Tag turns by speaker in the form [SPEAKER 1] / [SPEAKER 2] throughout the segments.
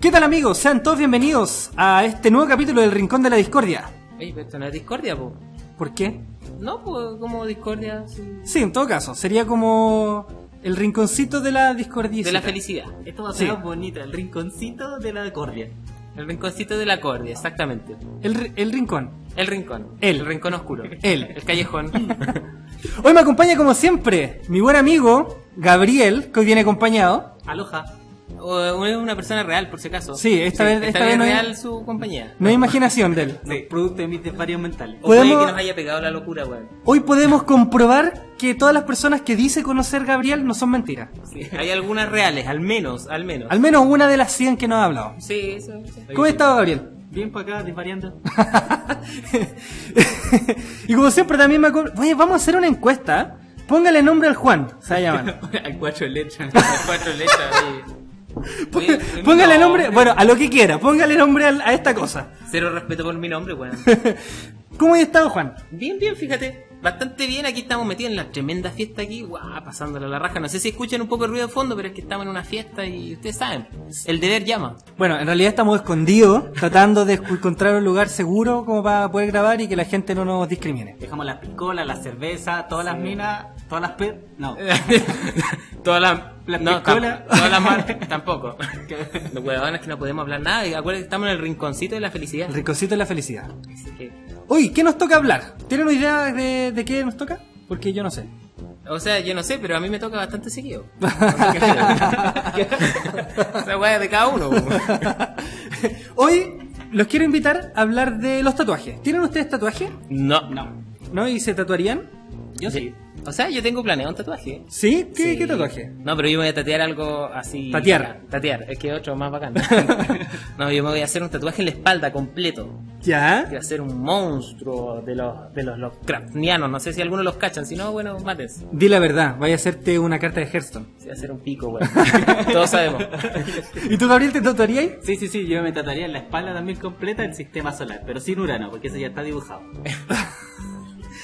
[SPEAKER 1] ¿Qué tal amigos? Sean todos bienvenidos a este nuevo capítulo del Rincón de la Discordia.
[SPEAKER 2] Oye, pero esto no es discordia, po.
[SPEAKER 1] ¿Por qué?
[SPEAKER 2] No, pues como discordia sí.
[SPEAKER 1] Sí, en todo caso, sería como el rinconcito de la discordia.
[SPEAKER 2] de la felicidad. Esto va a ser
[SPEAKER 1] Sí.
[SPEAKER 2] bonita, el rinconcito de la cordia. El rinconcito de la cordia, exactamente.
[SPEAKER 1] El, ri- el rincón.
[SPEAKER 2] El rincón.
[SPEAKER 1] El.
[SPEAKER 2] rincón oscuro.
[SPEAKER 1] El.
[SPEAKER 2] El callejón.
[SPEAKER 1] Hoy me acompaña como siempre mi buen amigo Gabriel, que hoy viene acompañado.
[SPEAKER 2] Aloha. O es una persona real, por si acaso.
[SPEAKER 1] Sí, esta vez- esta vez
[SPEAKER 2] es
[SPEAKER 1] no hay-
[SPEAKER 2] real su compañía.
[SPEAKER 1] No hay imaginación de él.
[SPEAKER 3] Producto de mis desvarios mentales.
[SPEAKER 2] O puede que
[SPEAKER 1] Podemos-
[SPEAKER 2] nos haya pegado la locura, weón.
[SPEAKER 1] Hoy podemos comprobar que todas las personas que dice conocer Gabriel no son mentiras.
[SPEAKER 2] Sí, hay algunas reales, al menos, al menos.
[SPEAKER 1] Al menos una de las 100 que nos ha hablado.
[SPEAKER 2] Sí, eso. eso.
[SPEAKER 1] ¿Cómo ha estado Gabriel?
[SPEAKER 3] Bien para acá, desvariando.
[SPEAKER 1] y como siempre también me acuerdo... Oye, vamos a hacer una encuesta. ¿eh? Póngale nombre al Juan, se va a llamar.
[SPEAKER 3] Al cuatro letras.
[SPEAKER 2] Las cuatro letras, oye. Oye,
[SPEAKER 1] Pó- Póngale
[SPEAKER 2] no,
[SPEAKER 1] nombre, bueno, a lo que quiera, póngale nombre al- a esta cosa.
[SPEAKER 2] Cero respeto por mi nombre, weón.
[SPEAKER 1] ¿Cómo ha estado Juan?
[SPEAKER 2] Bien, bien, fíjate. Bastante bien, aquí estamos metidos en la tremenda fiesta aquí, guau, pasándola a la raja. No sé si escuchan un poco el ruido de fondo, pero es que estamos en una fiesta y ustedes saben, el deber llama.
[SPEAKER 1] Bueno, en realidad estamos escondidos, tratando de escu- encontrar un lugar seguro como para poder grabar y que la gente no nos discrimine.
[SPEAKER 3] Dejamos las piscolas, la cerveza, todas las minas, todas las ped. No.
[SPEAKER 2] todas las...
[SPEAKER 3] Las
[SPEAKER 2] no,
[SPEAKER 3] piscolas.
[SPEAKER 2] tam- todas las marcas, tampoco. Los huevones que no podemos hablar nada, y acuérdense que estamos en el rinconcito de la felicidad.
[SPEAKER 1] El rinconcito de la felicidad.
[SPEAKER 2] Así que-
[SPEAKER 1] Oye, ¿qué nos toca hablar? ¿Tienen una idea de, de qué nos toca? Porque yo no sé.
[SPEAKER 2] O sea, yo no sé, pero a mí me toca bastante seguido. Así que- Esa weá es de cada uno.
[SPEAKER 1] Hoy los quiero invitar a hablar de los tatuajes. ¿Tienen ustedes tatuaje?
[SPEAKER 2] No.
[SPEAKER 3] No.
[SPEAKER 1] ¿No? ¿Y se tatuarían?
[SPEAKER 3] Yo sí.
[SPEAKER 2] O sea, yo tengo planeado un tatuaje.
[SPEAKER 1] ¿Sí? ¿Qué,
[SPEAKER 2] Sí.
[SPEAKER 1] qué tatuaje?
[SPEAKER 2] No, pero yo me voy a tatear algo así.
[SPEAKER 1] Tatear.
[SPEAKER 2] Tatear, es que otro más bacán. no, yo me voy a hacer un tatuaje en la espalda completo.
[SPEAKER 1] ¿Ya?
[SPEAKER 2] Voy a hacer un monstruo de los de los Lovecraftianos. No sé si algunos los cachan, si no, bueno, mates.
[SPEAKER 1] Di la verdad, vaya a hacerte una carta de Hearthstone.
[SPEAKER 2] Se va a hacer un pico, bueno. Todos sabemos.
[SPEAKER 1] ¿Y tú, Gabriel, te tatuarías?
[SPEAKER 3] Sí, sí, sí, yo me trataría en la espalda también completa el sistema solar, pero sin Urano, porque ese ya está dibujado.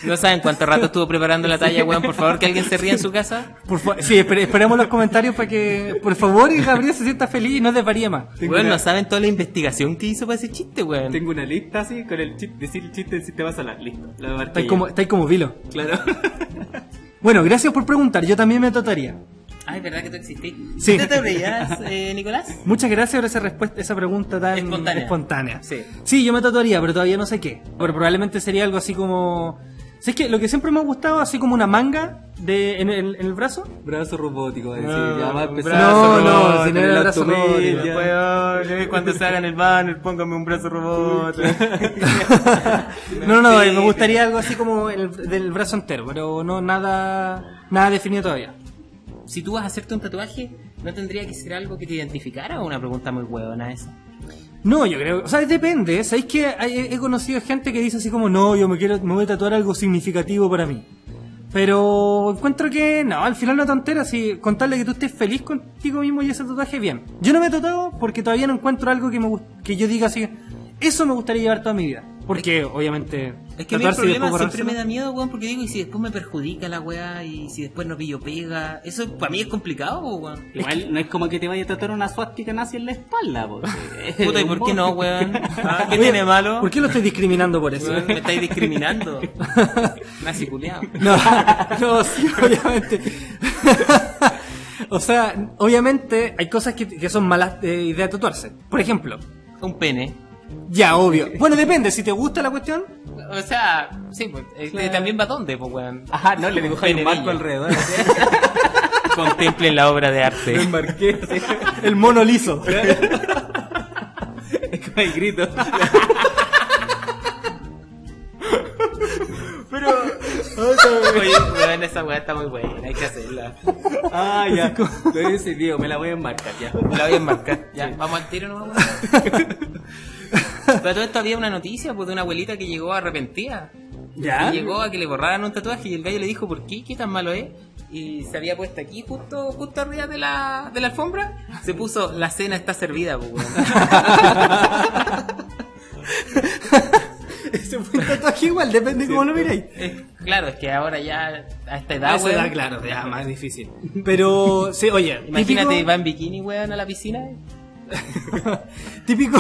[SPEAKER 2] No saben cuánto rato estuvo preparando la talla, weón. Por favor, que alguien se ría en su casa.
[SPEAKER 1] Por fa- sí, espere- esperemos los comentarios para que, por favor, y Gabriel se sienta feliz y no desvaríe más.
[SPEAKER 3] Tengo
[SPEAKER 2] Weón,
[SPEAKER 3] una-
[SPEAKER 2] no saben toda la investigación que hizo para ese chiste, weón.
[SPEAKER 3] Tengo una lista así con el chiste, decir el chiste del sistema solar, listo. Lo marqué.
[SPEAKER 1] Está ahí
[SPEAKER 3] yo.
[SPEAKER 1] como, está ahí como vilo.
[SPEAKER 3] Claro.
[SPEAKER 1] Bueno, gracias por preguntar, yo también me tatuaría.
[SPEAKER 2] Ah, es verdad que tú existís.
[SPEAKER 1] Sí.
[SPEAKER 2] ¿Tú te reías, eh, Nicolás?
[SPEAKER 1] Muchas gracias por esa respuesta, esa pregunta tan
[SPEAKER 2] Espontánea. Sí.
[SPEAKER 1] Sí. yo me tatuaría, pero todavía no sé qué. Pero probablemente sería algo así como... Si es que lo que siempre me ha gustado, así como una manga de, en, el- en el brazo.
[SPEAKER 3] Brazo robótico, decir,
[SPEAKER 2] No,
[SPEAKER 3] ya va a empezar.
[SPEAKER 1] brazo robótico, el brazo
[SPEAKER 3] automóvil,
[SPEAKER 1] robótico.
[SPEAKER 3] ya.
[SPEAKER 1] Eh,
[SPEAKER 2] cuando se hagan el banner, póngame un brazo robot.
[SPEAKER 1] No, no, no, me gustaría algo así como el- del brazo entero, pero no nada nada definido todavía.
[SPEAKER 2] Si tú vas a hacerte un tatuaje, ¿no tendría que ser algo que te identificara o una pregunta muy huevona esa?
[SPEAKER 1] No, yo creo, o sea, depende, ¿eh? ¿sabéis que hay- he conocido gente que dice así como, no, yo me quiero, me voy a tatuar algo significativo para mí? Pero encuentro que, no, al final no tontera, si contarle que tú estés feliz contigo mismo y ese tatuaje, bien. Yo no me he tatuado porque todavía no encuentro algo que me gust- que yo diga así, eso me gustaría llevar toda mi vida. Porque, obviamente,
[SPEAKER 2] Es que a
[SPEAKER 1] tatuarse y
[SPEAKER 2] mí el
[SPEAKER 1] después
[SPEAKER 2] problema siempre
[SPEAKER 1] borrárselo-
[SPEAKER 2] me da miedo, weón, porque digo, ¿y si después me perjudica la weá? ¿Y si después no pillo pega? Eso para mí es complicado, weón.
[SPEAKER 3] Igual no es como que te vaya a tratar una suástica nazi en la espalda, po.
[SPEAKER 2] Puta, ¿y por qué no, weón? Ah, ¿Qué
[SPEAKER 1] Oye,
[SPEAKER 2] tiene malo?
[SPEAKER 1] ¿Por qué lo estoy discriminando por eso?
[SPEAKER 2] Weón, me estáis discriminando. Nazi culiao.
[SPEAKER 1] No, no, sí, obviamente. o sea, obviamente hay cosas que, que son malas eh, ideas de tatuarse. Por ejemplo,
[SPEAKER 2] Un pene.
[SPEAKER 1] ya, obvio. Bueno, depende, si te gusta la cuestión.
[SPEAKER 2] O sea, sí, pues, eh, también va dónde, pues, weón.
[SPEAKER 3] Ajá, no, le dibujáis un
[SPEAKER 2] Penedilla.
[SPEAKER 3] marco alrededor. así.
[SPEAKER 2] Contemplen la obra de arte.
[SPEAKER 3] Marqué, así,
[SPEAKER 1] El mono liso.
[SPEAKER 3] con el grito.
[SPEAKER 2] Pero. Oye, weón, esa weá está muy buena, hay que hacerla.
[SPEAKER 3] Ah, ya. Lo he decidido, me la voy a enmarcar ya.
[SPEAKER 2] La voy a enmarcar. Ya, vamos al tiro, no vamos. Pero todo esto había una noticia pues, de una abuelita que llegó arrepentida.
[SPEAKER 1] ¿Ya?
[SPEAKER 2] Y llegó a que le borraran un tatuaje y el gallo le dijo, ¿por qué? ¿Qué tan malo es? Y se había puesto aquí, justo justo arriba de la, de la alfombra. Se puso, la cena está servida, pues, weón.
[SPEAKER 1] Ese fue un tatuaje igual, depende cómo lo miréis.
[SPEAKER 2] Eh, Claro, es que ahora ya, a esta edad,
[SPEAKER 1] Ah, se
[SPEAKER 2] weón,
[SPEAKER 1] da claro, ya, más difícil. Pero, sí, oye,
[SPEAKER 2] Imagínate,
[SPEAKER 1] típico-
[SPEAKER 2] va en bikini, weón, a la piscina.
[SPEAKER 1] típico,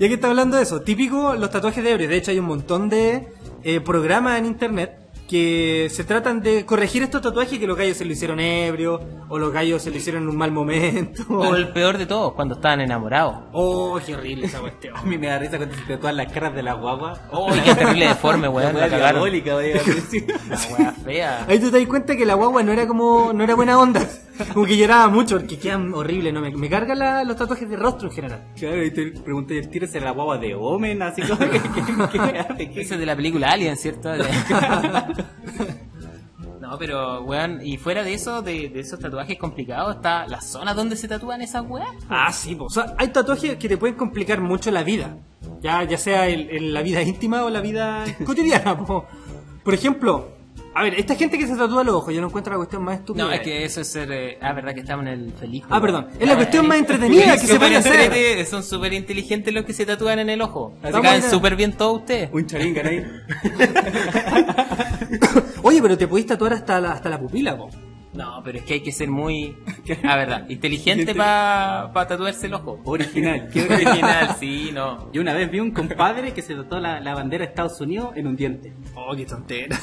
[SPEAKER 1] ya que está hablando de eso, típico los tatuajes de ebrios. De hecho, hay un montón de eh, programas en internet que se tratan de corregir estos tatuajes que los gallos se lo hicieron ebrio, o los gallos se lo hicieron en un mal momento.
[SPEAKER 2] O el peor de todos, cuando estaban enamorados.
[SPEAKER 1] Oh, qué horrible esa cuestión.
[SPEAKER 3] A mí me da risa cuando se tatúan las caras de las guaguas.
[SPEAKER 2] Oh, qué terrible deforme, weón. La
[SPEAKER 3] La
[SPEAKER 2] cagaron.
[SPEAKER 3] diabólica, voy a decir.
[SPEAKER 2] La wea fea.
[SPEAKER 1] Ahí tú te das cuenta que la guagua no era como, no era buena onda. Como que lloraba mucho, porque quedan horribles, no me, me cargan la- los tatuajes de rostro en general.
[SPEAKER 3] Claro, y te pregunté, ¿tírese la guagua de Omen? Así como que, ¿qué, qué hace? ¿Qué-
[SPEAKER 2] Eso es de la película Alien, ¿cierto? De- No, pero, weón, y fuera de eso, de, de esos tatuajes complicados, está la zona donde se tatúan esas weas.
[SPEAKER 1] Ah, sí, po. o sea, hay tatuajes que te pueden complicar mucho la vida. Ya, ya sea el- en la vida íntima o la vida cotidiana. po. Por ejemplo, a ver, esta gente que se tatúa los ojos, yo no encuentro la cuestión más estúpida.
[SPEAKER 2] No, es que eso es ser. eh, ah, verdad que estamos en el feliz.
[SPEAKER 1] Ah, perdón. Es la cuestión más entretenida que se puede hacer.
[SPEAKER 2] Son súper inteligentes los que se tatúan en el ojo. Se
[SPEAKER 1] Estamos
[SPEAKER 2] caen
[SPEAKER 1] en-
[SPEAKER 2] súper bien todos ustedes.
[SPEAKER 3] Un charingan ahí.
[SPEAKER 1] Oye, pero te podéis tatuar hasta la, hasta la pupila, po.
[SPEAKER 2] No, pero es que hay que ser muy. Ah, verdad. Inteligente para tatuarse el ojo.
[SPEAKER 3] Original.
[SPEAKER 2] Qué original, sí, no.
[SPEAKER 3] Yo una vez vi un compadre que se tatuó la, la bandera de Estados Unidos en un diente.
[SPEAKER 1] Oh, qué tontera.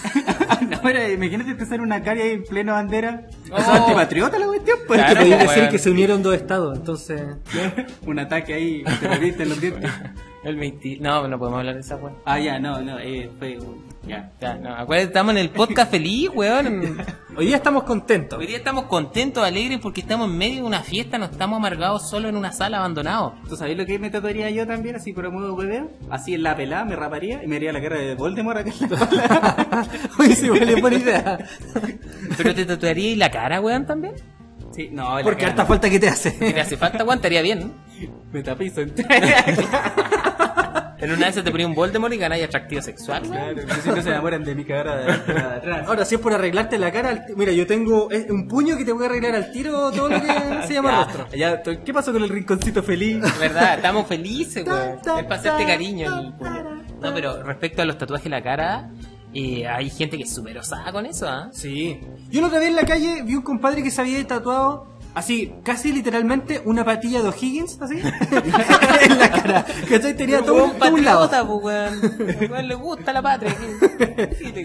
[SPEAKER 3] no, pero imagínate empezar una calle ahí en plena bandera.
[SPEAKER 2] Oh.
[SPEAKER 3] ¿Es antipatriota la cuestión? Pues?
[SPEAKER 1] Te
[SPEAKER 2] Claro,
[SPEAKER 1] podéis
[SPEAKER 2] po,
[SPEAKER 1] decir
[SPEAKER 2] weón.
[SPEAKER 1] que se unieron dos estados, entonces.
[SPEAKER 3] un ataque ahí terrorista en los dientes.
[SPEAKER 2] El menti- No, no podemos hablar de esa wea.
[SPEAKER 3] Ah, ya, no, no, eh, fue... un- Ya.
[SPEAKER 2] Ya, no, acuérdate, estamos en el podcast feliz, weón.
[SPEAKER 1] Hoy día estamos contentos.
[SPEAKER 2] Hoy día estamos contentos, alegres, porque estamos en medio de una fiesta, no estamos amargados solo en una sala abandonados.
[SPEAKER 3] ¿Tú sabés lo que me tatuaría yo también, así por modo hueveo? Así en la pelada me raparía y me haría la cara de Voldemort acá en la cola.
[SPEAKER 1] Oye, sí, vale, buena idea.
[SPEAKER 2] ¿Pero te tatuaría y la cara, weón, también?
[SPEAKER 3] Sí, no, la
[SPEAKER 1] Porque
[SPEAKER 3] cara
[SPEAKER 1] harta falta que te
[SPEAKER 2] Si
[SPEAKER 1] hace.
[SPEAKER 2] te hace falta, weón, estaría bien. ¿no?
[SPEAKER 3] no. Me tapizo
[SPEAKER 2] En una de esas te ponía un Voldemort y ganáis atractivo sexual, weón.
[SPEAKER 3] Claro, yo siempre se enamoran de mi cara de, de atrás.
[SPEAKER 1] Ahora, si es por arreglarte la cara, al ti- mira, yo tengo eh, un puño que te voy a arreglar al tiro todo lo que se llama rostro.
[SPEAKER 3] Ah, Ya, to- ¿Qué pasó con el rinconcito feliz?
[SPEAKER 2] ¿Verdad? Estamos felices, weón.
[SPEAKER 1] Tan, tan,
[SPEAKER 2] Es para hacerte
[SPEAKER 1] tan,
[SPEAKER 2] cariño el
[SPEAKER 1] tan,
[SPEAKER 2] puño. No, pero respecto a los tatuajes en la cara, eh, hay gente que es súper osada con eso, ¿ah?
[SPEAKER 1] Sí. Yo la otra vez en la calle vi un compadre que se había tatuado así, casi literalmente, una patilla de O'Higgins, así, en la cara. ¿Cachai? Tenía todo,
[SPEAKER 2] Weón,
[SPEAKER 1] un- todo un lado.
[SPEAKER 2] patriota, po, weón. Weón, le gusta la patria. ¿Qué- qué te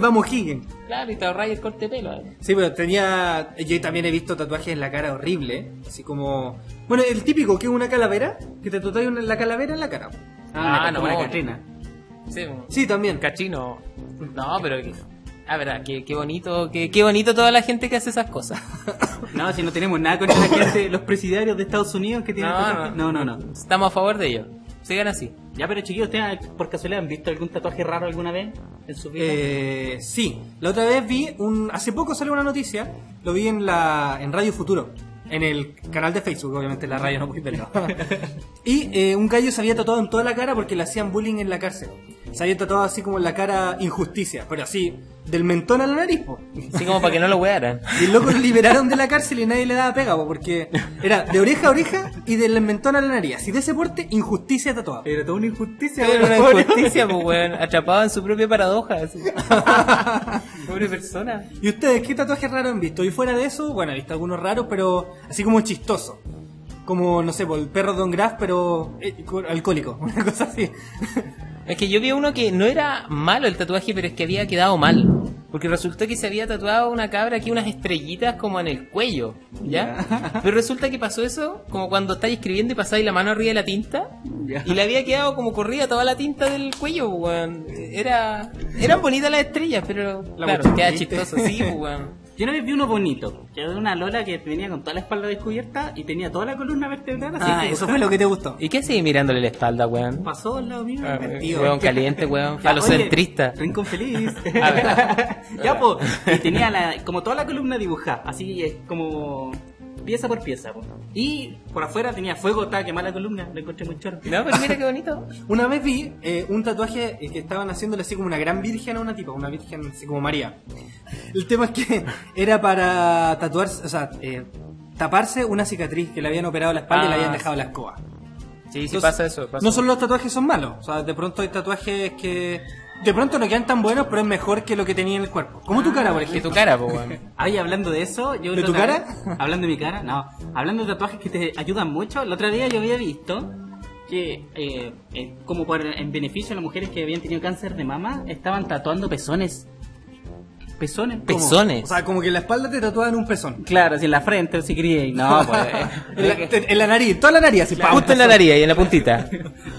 [SPEAKER 1] Vamos, O'Higgins.
[SPEAKER 2] Claro, y te ahorráis el corte de pelo. ¿eh?
[SPEAKER 1] Sí, pero tenía. Yo también he visto tatuajes en la cara horrible. Así como. Bueno, el típico, que es una calavera, que te tatuáis una- la calavera en la cara.
[SPEAKER 2] Ah, no,
[SPEAKER 3] la
[SPEAKER 2] no.
[SPEAKER 3] Catrina.
[SPEAKER 2] Sí, un
[SPEAKER 1] Sí, también.
[SPEAKER 2] cachino. No, pero. que- Ah, verdad, qué, qué bonito, qué, qué bonito toda la gente que hace esas cosas.
[SPEAKER 3] No, si no tenemos nada con esa gente, los presidiarios de Estados Unidos que tienen...
[SPEAKER 2] No,
[SPEAKER 3] tatuajes.
[SPEAKER 2] no.
[SPEAKER 3] no, no, no.
[SPEAKER 2] Estamos a favor de ellos. Sigan así.
[SPEAKER 3] Ya, pero chiquillos, ¿ustedes ah, por casualidad han visto algún tatuaje raro alguna vez en su vida?
[SPEAKER 1] Eh, sí, la otra vez vi un. Hace poco salió una noticia, lo vi en la en Radio Futuro, en el canal de Facebook, obviamente en la radio no podéis verlo. y eh, un gallo se había tatuado en toda la cara porque le hacían bullying en la cárcel. Se había tatuado así como en la cara injusticia, pero así, del mentón a la nariz, po.
[SPEAKER 2] Así como para que no lo wearan.
[SPEAKER 1] Y el loco lo liberaron de la cárcel y nadie le daba pega, po, porque era de oreja a oreja y del mentón a la nariz. Así de ese porte, injusticia tatuada.
[SPEAKER 3] Era toda una injusticia.
[SPEAKER 2] Era una
[SPEAKER 3] pobre.
[SPEAKER 2] injusticia, pues, weón. Atrapado en su propia paradoja. así. Pobre persona.
[SPEAKER 1] ¿Y ustedes qué tatuajes raros han visto? Y fuera de eso, bueno, he visto algunos raros, pero así como chistoso. Como, no sé, por el perro Don Graff, pero eh, co- alcohólico, una cosa así.
[SPEAKER 2] Es que yo vi uno que no era malo el tatuaje, pero es que había quedado mal. Porque resultó que se había tatuado una cabra aquí unas estrellitas como en el cuello, ¿ya? Pero resulta que pasó eso como cuando estáis escribiendo y pasáis la mano arriba de la tinta.
[SPEAKER 3] Ya.
[SPEAKER 2] Y le había quedado como corrida toda la tinta del cuello, pues, weón. Era, eran bonitas las estrellas, pero
[SPEAKER 1] La
[SPEAKER 2] claro,
[SPEAKER 1] cuestión
[SPEAKER 2] queda
[SPEAKER 1] triste.
[SPEAKER 2] chistoso, sí, pues, weón.
[SPEAKER 3] Yo una vez vi uno bonito, que era una lola que venía con toda la espalda descubierta y tenía toda la columna vertebral así.
[SPEAKER 1] Ah,
[SPEAKER 3] como-
[SPEAKER 1] eso fue lo que te gustó.
[SPEAKER 2] ¿Y qué hacéis mirándole la espalda, weón?
[SPEAKER 1] Pasó al lado mío.
[SPEAKER 2] Ah,
[SPEAKER 1] metido.
[SPEAKER 2] Weón Ah, caliente, weón.
[SPEAKER 3] Ya, oye,
[SPEAKER 2] Falocentrista.
[SPEAKER 3] Rincón feliz.
[SPEAKER 2] A
[SPEAKER 3] ya, po. Y tenía la, como toda la columna dibujada, así eh, como pieza por pieza. po. Y por afuera tenía fuego, estaba quemada la columna, lo encontré muy choro.
[SPEAKER 2] No, pero mira qué bonito.
[SPEAKER 1] Una vez vi eh, un tatuaje eh, que estaban haciéndole así como una gran virgen a una tipa, una virgen así como María. El tema es que era para tatuarse, o sea, eh, taparse una cicatriz que le habían operado la espalda y le
[SPEAKER 2] Ah,
[SPEAKER 1] habían dejado la escoba.
[SPEAKER 2] Sí, sí
[SPEAKER 1] Entonces,
[SPEAKER 2] pasa eso. pasa
[SPEAKER 1] No solo los tatuajes son malos, o sea, de pronto hay tatuajes que de pronto no quedan tan buenos, pero es mejor que lo que tenía en el cuerpo. Como tu cara, por
[SPEAKER 2] Que
[SPEAKER 1] ejemplo.
[SPEAKER 2] Ah, tu cara, po, weón.
[SPEAKER 3] Ay, hablando de eso, yo
[SPEAKER 1] ¿De
[SPEAKER 3] la
[SPEAKER 1] tu
[SPEAKER 3] otra
[SPEAKER 1] cara?
[SPEAKER 3] vez- hablando de mi cara, no. Hablando de tatuajes que te ayudan mucho, el otro día yo había visto que, eh, eh, como por, en beneficio a las mujeres que habían tenido cáncer de mama, estaban tatuando pezones. ¿Pezones? ¿Cómo?
[SPEAKER 2] Pezones.
[SPEAKER 1] O sea, como que en la espalda te tatuaban un pezón.
[SPEAKER 3] Claro, si en la frente, si quería y no, pues.
[SPEAKER 1] En la, te- en la nariz, toda la nariz, así, ¡pam!
[SPEAKER 2] eh, Justo en la nariz y en la puntita.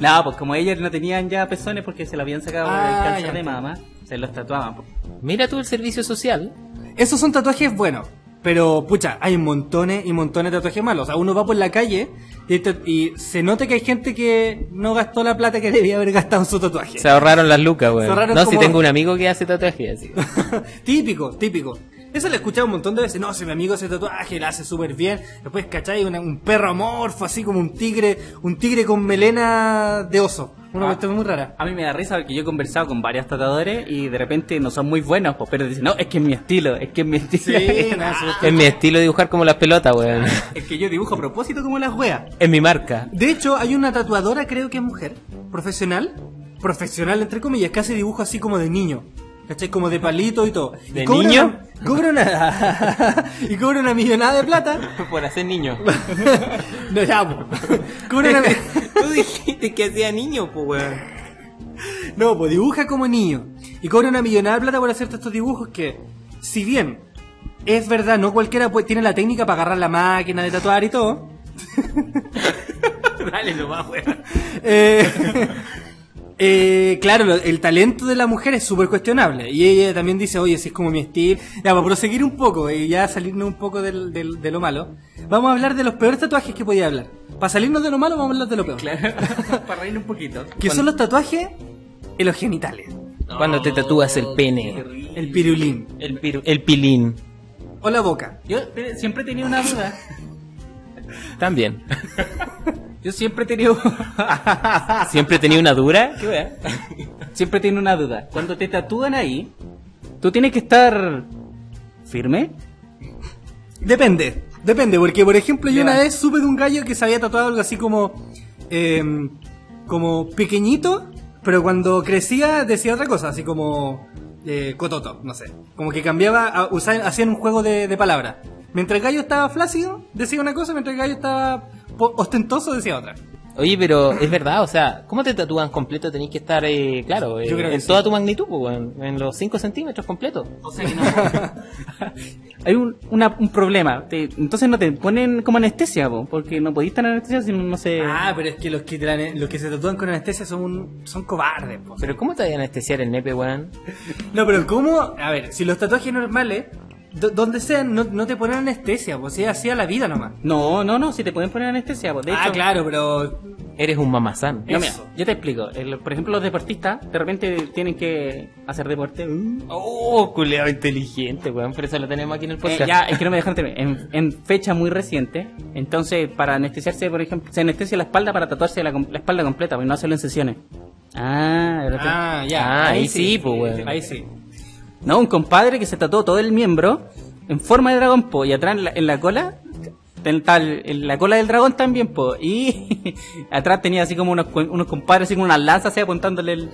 [SPEAKER 3] No, pues como ellas no tenían ya pezones porque se lo habían sacado
[SPEAKER 1] Ah,
[SPEAKER 3] del cáncer
[SPEAKER 1] ya
[SPEAKER 3] de
[SPEAKER 1] entiendo.
[SPEAKER 3] mama, se los tatuaban. pues.
[SPEAKER 2] Mira tú el servicio social.
[SPEAKER 1] Esos son tatuajes buenos. Pero, pucha, hay montones y montones de tatuajes malos. O sea, uno va por la calle y, te- y se nota que hay gente que no gastó la plata que debía haber gastado en su tatuaje.
[SPEAKER 2] Se ahorraron las lucas, weón.
[SPEAKER 1] Se ahorraron
[SPEAKER 2] No, si
[SPEAKER 1] como-
[SPEAKER 2] tengo un amigo que hace tatuajes así.
[SPEAKER 1] típico, típico. Eso lo he escuchado un montón de veces. No, si mi amigo hace tatuaje, lo hace súper bien. Después, ¿cachai? Una- un perro amorfo, así como un tigre, un tigre con melena de oso. Una
[SPEAKER 3] Ah.
[SPEAKER 1] cuestión muy rara.
[SPEAKER 3] A mí me da risa porque yo he conversado con varios tatuadores y de repente no son muy buenos, pues, pero dicen, no, es que es mi estilo, es que es mi estilo.
[SPEAKER 1] Sí, nada, se
[SPEAKER 2] Es mi estilo dibujar como las pelotas, weón.
[SPEAKER 3] Es que yo dibujo a propósito como las weas.
[SPEAKER 2] Es mi marca.
[SPEAKER 1] De hecho, hay una tatuadora, creo que es mujer, profesional, profesional entre comillas, que hace dibujo así como de niño. ¿Cachai? Como de palito y todo.
[SPEAKER 2] ¿De
[SPEAKER 1] y cobra
[SPEAKER 2] niño?
[SPEAKER 1] una- cobra una. y cobra una millonada de plata.
[SPEAKER 2] Por hacer niño.
[SPEAKER 1] no llamo. Cobra una. mi-
[SPEAKER 2] Tú dijiste que hacía niño, pues, weón.
[SPEAKER 1] No, pues dibuja como niño. Y cobra una millonada de plata por hacer estos dibujos que, si bien es verdad, no cualquiera puede- tiene la técnica para agarrar la máquina de tatuar y todo.
[SPEAKER 3] Dale nomás, weón.
[SPEAKER 1] Eh, eh, claro, lo- el talento de la mujer es súper cuestionable. Y ella también dice, oye, si es como mi estilo. Ya, para proseguir un poco y ya salirnos un poco del- del- de lo malo, vamos a hablar de los peores tatuajes que podía hablar. Para salirnos de lo malo, vamos a hablar de lo peor.
[SPEAKER 3] Claro, para reír un poquito.
[SPEAKER 1] Que son los tatuajes en los genitales.
[SPEAKER 2] Cuando te tatúas el
[SPEAKER 3] Qué
[SPEAKER 2] pene.
[SPEAKER 3] rico.
[SPEAKER 1] El pirulín.
[SPEAKER 2] El, piru- el pilín.
[SPEAKER 1] O la boca.
[SPEAKER 3] Yo eh, siempre he tenido una duda.
[SPEAKER 2] También.
[SPEAKER 3] Yo siempre he tenido.
[SPEAKER 2] Siempre he tenido una dura.
[SPEAKER 3] Qué wea. siempre he tenido una duda. Cuando te tatúan ahí, tú tienes que estar. firme.
[SPEAKER 1] Depende, depende, porque por ejemplo yo
[SPEAKER 3] Ya.
[SPEAKER 1] una vez supe de un gallo que se había tatuado algo así como, em, como pequeñito, pero cuando crecía decía otra cosa, así como eh, cototo, no sé, como que cambiaba, a- usa- hacían un juego de, de palabras. Mientras el gallo estaba flácido decía una cosa, mientras el gallo estaba po- ostentoso decía otra.
[SPEAKER 2] Oye, pero es verdad, o sea, ¿cómo te tatúan completo? Tenés que estar, eh, claro, eh,
[SPEAKER 1] Yo creo que
[SPEAKER 2] en
[SPEAKER 1] sí.
[SPEAKER 2] toda tu magnitud, pues, weón. En los 5 centímetros completo.
[SPEAKER 3] O sea que no. Hay un, una- un problema. Te- entonces no te ponen como anestesia, po, porque no podís estar en anestesia si no, no se.
[SPEAKER 1] Ah, pero es que los que, te la- los que se tatúan con anestesia son, un- son cobardes. po.
[SPEAKER 2] Pero ¿cómo te van a anestesiar el nepe, weón?
[SPEAKER 1] No, pero ¿cómo? A ver, si los tatuajes normales, do- donde sean, no, no te ponen anestesia, pues es así a la vida nomás.
[SPEAKER 3] No, no, no, si te pueden poner anestesia, po. de
[SPEAKER 1] ah,
[SPEAKER 3] hecho.
[SPEAKER 1] claro, pero.
[SPEAKER 2] Eres un mamazán.
[SPEAKER 3] No, mira,
[SPEAKER 1] Eso.
[SPEAKER 3] yo te explico. El- por ejemplo, los deportistas de repente tienen que hacer deporte.
[SPEAKER 1] Mm.
[SPEAKER 3] Uh.
[SPEAKER 2] Oh, culeado inteligente, weón. Por eso lo tenemos aquí en el
[SPEAKER 3] Eh,
[SPEAKER 2] podcast.
[SPEAKER 3] ya, es que no me dejan terminar. En, en fecha muy reciente, entonces para anestesiarse, por ejemplo, se anestesia la espalda para tatuarse la, com- la espalda completa, porque no hacerlo en sesiones. Ah, de repente.
[SPEAKER 1] Ah, ya.
[SPEAKER 2] Ah, ahí sí, pues, weón.
[SPEAKER 1] Ahí sí.
[SPEAKER 3] No, un compadre que se tatuó todo el miembro en forma de dragón, po, y atrás en la, en la cola, ten- tal, en la cola del dragón también, po, y atrás tenía así como unos, cu- unos compadres así con unas lanzas así apuntándole el...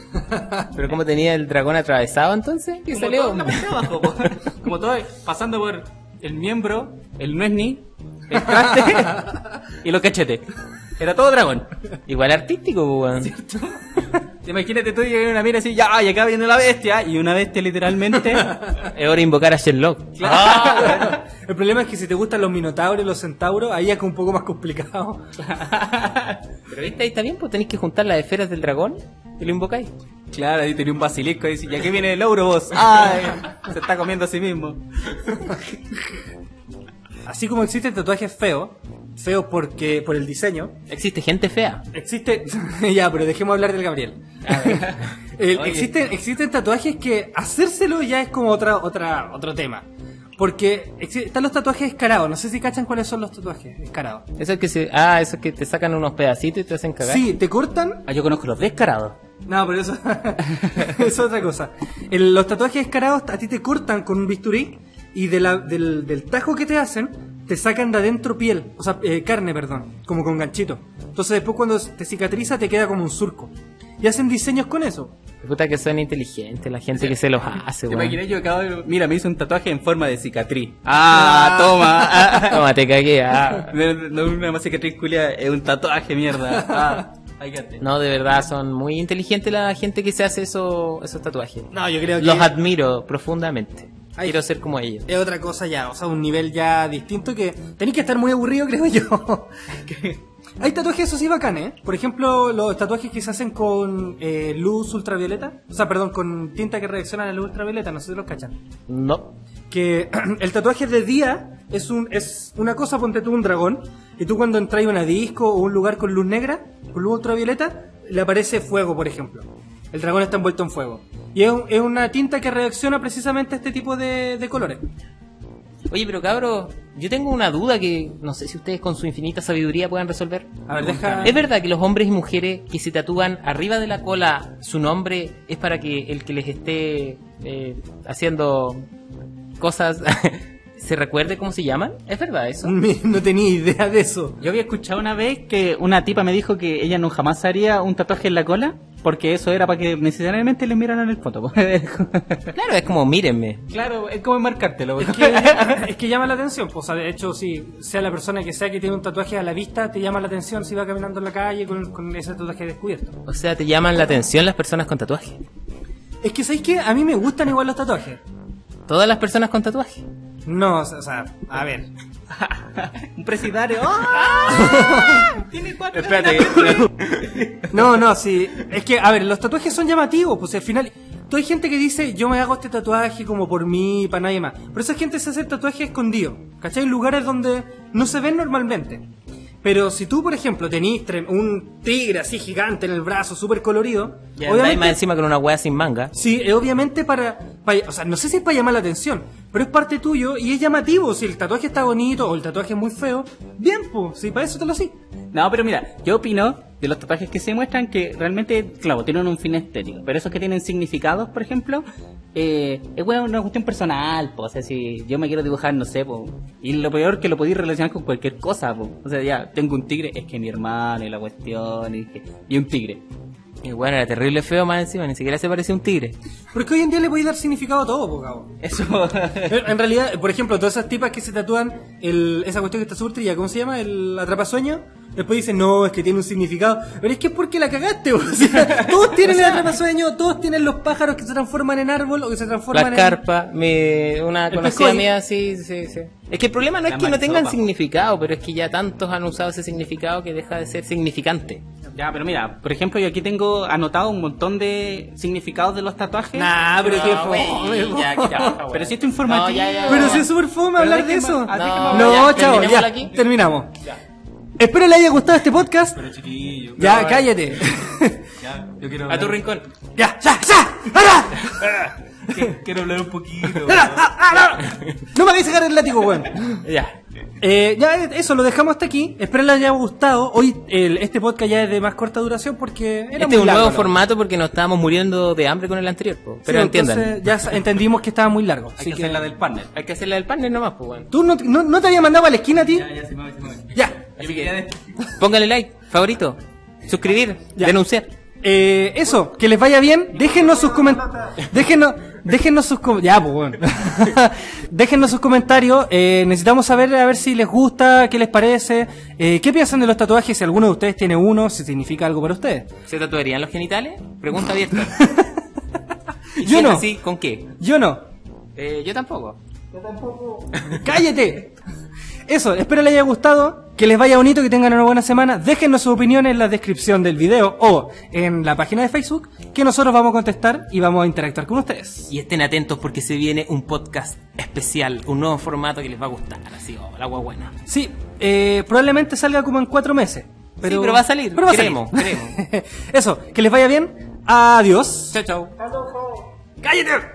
[SPEAKER 2] Pero ¿cómo tenía el dragón atravesado entonces? ¿Qué
[SPEAKER 3] Como
[SPEAKER 2] salió?
[SPEAKER 3] todo en la parte de abajo, po. como todo pasando por el miembro, el nuesni, el traste y los cachetes. Era todo dragón.
[SPEAKER 2] Igual artístico, weón.
[SPEAKER 3] Imagínate tú y una mira así, ya, y acá viene la bestia, y una bestia literalmente...
[SPEAKER 2] Es hora de invocar a Sherlock. Ah.
[SPEAKER 1] Ah. El problema es que si te gustan los minotauros y los centauros, ahí es que un poco más complicado.
[SPEAKER 2] Pero viste, ahí está bien, pues tenéis que juntar las esferas del dragón y lo invocáis.
[SPEAKER 3] Claro, ahí tenía un basilisco y dice, ¿y a qué viene el ogro vos? ¡Ay! Se está comiendo a sí mismo.
[SPEAKER 1] Así como existen tatuajes feos, feos porque por el diseño,
[SPEAKER 2] Existe gente fea.
[SPEAKER 1] Existe. ya, pero dejemos hablar del Gabriel. El- existen, existen tatuajes que hacérselo ya es como otra, otra, otro tema. Porque exi- están los tatuajes escarados. No sé si cachan cuáles son los tatuajes escarados.
[SPEAKER 2] Eso es que se... Ah, eso es que te sacan unos pedacitos y te hacen cagar.
[SPEAKER 1] Sí, te cortan.
[SPEAKER 3] Ah, yo conozco los descarados.
[SPEAKER 1] No, pero eso es otra cosa. El- los tatuajes escarados a ti te cortan con un bisturí y de la- del, del tajo que te hacen te sacan de adentro piel, o sea, eh, carne, perdón, como con ganchito. Entonces después cuando te cicatriza te queda como un surco. Y hacen diseños con eso.
[SPEAKER 2] Puta que son inteligentes la gente que se los hace,
[SPEAKER 3] ¿Te
[SPEAKER 2] weón.
[SPEAKER 3] imaginas yo acabo de... Mira, me hice un tatuaje en forma de cicatriz. Ah, toma.
[SPEAKER 2] Toma, te cagué. ah.
[SPEAKER 3] No, no, una más cicatriz culia, es un tatuaje, mierda. Ah, ahí quédate.
[SPEAKER 2] No, de verdad, son muy inteligentes la gente que se hace eso, esos tatuajes.
[SPEAKER 1] No, yo creo que
[SPEAKER 2] Los admiro profundamente.
[SPEAKER 1] Ay.
[SPEAKER 2] Quiero ser como ellos.
[SPEAKER 1] es otra cosa ya, o sea, un nivel ya distinto que tenéis que estar muy aburrido, creo yo. Que- Hay tatuajes, eso sí, bacanes. ¿eh? Por ejemplo, los tatuajes que se hacen con eh, luz ultravioleta, o sea, perdón, con tinta que reacciona a la luz ultravioleta, no sé si los cachan.
[SPEAKER 2] No.
[SPEAKER 1] que el tatuaje de día es un es una cosa, ponte tú un dragón, y tú cuando entras a una disco o un lugar con luz negra, con luz ultravioleta, le aparece fuego, por ejemplo. El dragón está envuelto en fuego. Y es, un- es una tinta que reacciona precisamente a este tipo de, de colores.
[SPEAKER 2] Oye, pero cabro, yo tengo una duda que no sé si ustedes con su infinita sabiduría puedan resolver.
[SPEAKER 1] A ver, deja...
[SPEAKER 2] ¿Es verdad que los hombres y mujeres que se tatúan arriba de la cola su nombre es para que el que les esté eh, haciendo cosas se recuerde cómo se llaman? ¿Es verdad eso?
[SPEAKER 1] No tenía idea de eso.
[SPEAKER 3] Yo había escuchado una vez que una tipa me dijo que ella no jamás haría un tatuaje en la cola porque eso era para que necesariamente le miraran el foto. pues.
[SPEAKER 2] Claro, es como mírenme.
[SPEAKER 3] claro, es como marcártelo.
[SPEAKER 1] Es que, es que llama la atención, pues, o sea, de hecho, si sea la persona que sea que tiene un tatuaje a la vista, te llama la atención si va caminando en la calle con, con ese tatuaje descubierto.
[SPEAKER 2] O sea, te llaman la atención las personas con tatuaje.
[SPEAKER 1] Es que, ¿sabéis qué? A mí me gustan igual los tatuajes.
[SPEAKER 2] Todas las personas con tatuaje.
[SPEAKER 1] No, o sea, o sea, a ver.
[SPEAKER 3] un presidario. Tiene cuatro.
[SPEAKER 1] No, no, sí. Es que, a ver, los tatuajes son llamativos, pues al final. Toda hay gente que dice, yo me hago este tatuaje como por mí, para nadie más. Pero esa gente se hace el tatuaje escondido, ¿cachai? En lugares donde no se ven normalmente. Pero si tú, por ejemplo, tenís tre- un tigre así gigante en el brazo, súper colorido,
[SPEAKER 2] Y andáis más encima con una wea sin manga.
[SPEAKER 1] Sí, es obviamente para, para- O sea, no sé si es para llamar la atención, pero es parte tuyo y es llamativo. Si el tatuaje está bonito o el tatuaje es muy feo, bien, pues, si para eso te lo sí.
[SPEAKER 3] No, pero mira, yo opino de los tatuajes que se muestran que realmente, claro, tienen un fin estético. Pero esos que tienen significados, por ejemplo, eh, es weón, una cuestión personal. Po, o sea, si yo me quiero dibujar, no sé, po, y lo peor que lo podéis relacionar con cualquier cosa. Po. O sea, ya, tengo un tigre, es que mi hermano y la cuestión, y, que- y un tigre.
[SPEAKER 2] Y bueno, era terrible feo más encima, ni siquiera se parecía a un tigre.
[SPEAKER 1] Pero es que hoy en día le podéis dar significado a todo, po, cabo.
[SPEAKER 3] Eso.
[SPEAKER 1] En en realidad, por ejemplo, todas esas tipas que se tatúan el, esa cuestión que está súper trillada, ¿cómo se llama? El atrapasueño. Después dicen, no, es que tiene un significado. Pero es que es porque la cagaste, po. O sea, todos tienen el atrapasueño, todos tienen los pájaros que se transforman en árbol o que se transforman
[SPEAKER 2] Las
[SPEAKER 1] en.
[SPEAKER 2] carpas, mi- una
[SPEAKER 1] El
[SPEAKER 2] conocida
[SPEAKER 1] pescoy.
[SPEAKER 2] mía, sí, sí, sí. Es que el problema no es
[SPEAKER 3] La
[SPEAKER 2] que no tengan
[SPEAKER 3] marisopa.
[SPEAKER 2] significado, pero es que ya tantos han usado ese significado que deja de ser significante.
[SPEAKER 3] ya, pero mira, por ejemplo, yo aquí tengo anotado un montón de significados de los tatuajes.
[SPEAKER 1] Nah, pero qué fome, po.
[SPEAKER 3] Pero si esto es informativo.
[SPEAKER 2] No, ya, ya,
[SPEAKER 1] Pero
[SPEAKER 2] ya.
[SPEAKER 1] si es súper fome hablar de
[SPEAKER 3] déjame-
[SPEAKER 1] eso.
[SPEAKER 3] ah,
[SPEAKER 2] déjame-
[SPEAKER 1] No,
[SPEAKER 2] ya,
[SPEAKER 1] chao,
[SPEAKER 2] ¿terminémoslo
[SPEAKER 1] ya.
[SPEAKER 2] aquí?
[SPEAKER 1] Terminamos. Espero le haya gustado este podcast. ya, cállate.
[SPEAKER 3] A tu rincón.
[SPEAKER 1] ya, ya, ya. ¡Ara!
[SPEAKER 3] Quiero hablar un poquito.
[SPEAKER 1] ¡Ara! ¡Ah, ah, ah! No me hagáis sacar el látigo, weón.
[SPEAKER 3] ya.
[SPEAKER 1] Eh, ya, eh, eso, lo dejamos hasta aquí. Espero les haya gustado. Hoy el- este podcast ya es de más corta duración porque era
[SPEAKER 2] este
[SPEAKER 1] muy
[SPEAKER 2] es un
[SPEAKER 1] largo,
[SPEAKER 2] nuevo
[SPEAKER 1] ¿no?
[SPEAKER 2] formato porque nos estábamos muriendo de hambre con el anterior, po.
[SPEAKER 1] Sí,
[SPEAKER 2] pero entiendan.
[SPEAKER 1] entonces ya sa- entendimos que estaba muy largo.
[SPEAKER 3] Hay
[SPEAKER 1] así
[SPEAKER 3] que hacer
[SPEAKER 1] que-
[SPEAKER 3] la del partner.
[SPEAKER 2] Hay que hacer la del partner nomás, pues bueno.
[SPEAKER 1] ¿Tú no, no- no te había mandado a la esquina a ti?
[SPEAKER 3] ya, sí, mueve, sí, mueve.
[SPEAKER 1] Ya.
[SPEAKER 3] Así que,
[SPEAKER 2] Póngale like, favorito, suscribir,
[SPEAKER 1] Ya.
[SPEAKER 2] denunciar.
[SPEAKER 1] Eh, eso, que les vaya bien. Déjenos sus comentarios. Déjenos, déjenos sus com- Ya, pues, bueno. déjenos sus comentarios. eh, necesitamos saber a ver si les gusta, qué les parece, eh, qué piensan de los tatuajes, si alguno de ustedes tiene uno, si significa algo para ustedes.
[SPEAKER 2] ¿Se tatuarían los genitales? Pregunta abierta. ¿Y
[SPEAKER 1] Yo
[SPEAKER 2] si es
[SPEAKER 1] no.
[SPEAKER 2] así, ¿Con qué?
[SPEAKER 1] Yo no.
[SPEAKER 2] Eh, yo tampoco.
[SPEAKER 1] ¡Cállate! Eso, espero les haya gustado, que les vaya bonito, que tengan una buena semana. Déjennos sus opiniones en la descripción del video o en la página de Facebook, que nosotros vamos a contestar y vamos a interactuar con ustedes.
[SPEAKER 2] Y estén atentos porque se viene un podcast especial, un nuevo formato que les va a gustar. Así, oh, la agua buena.
[SPEAKER 1] Sí, eh, probablemente salga como en cuatro meses. Pero,
[SPEAKER 2] Sí, pero va a salir,
[SPEAKER 1] pero va a
[SPEAKER 2] creemos,
[SPEAKER 1] salir. Eso, que les vaya bien. Adiós.
[SPEAKER 2] Chao, chao.
[SPEAKER 1] ¡Cállate!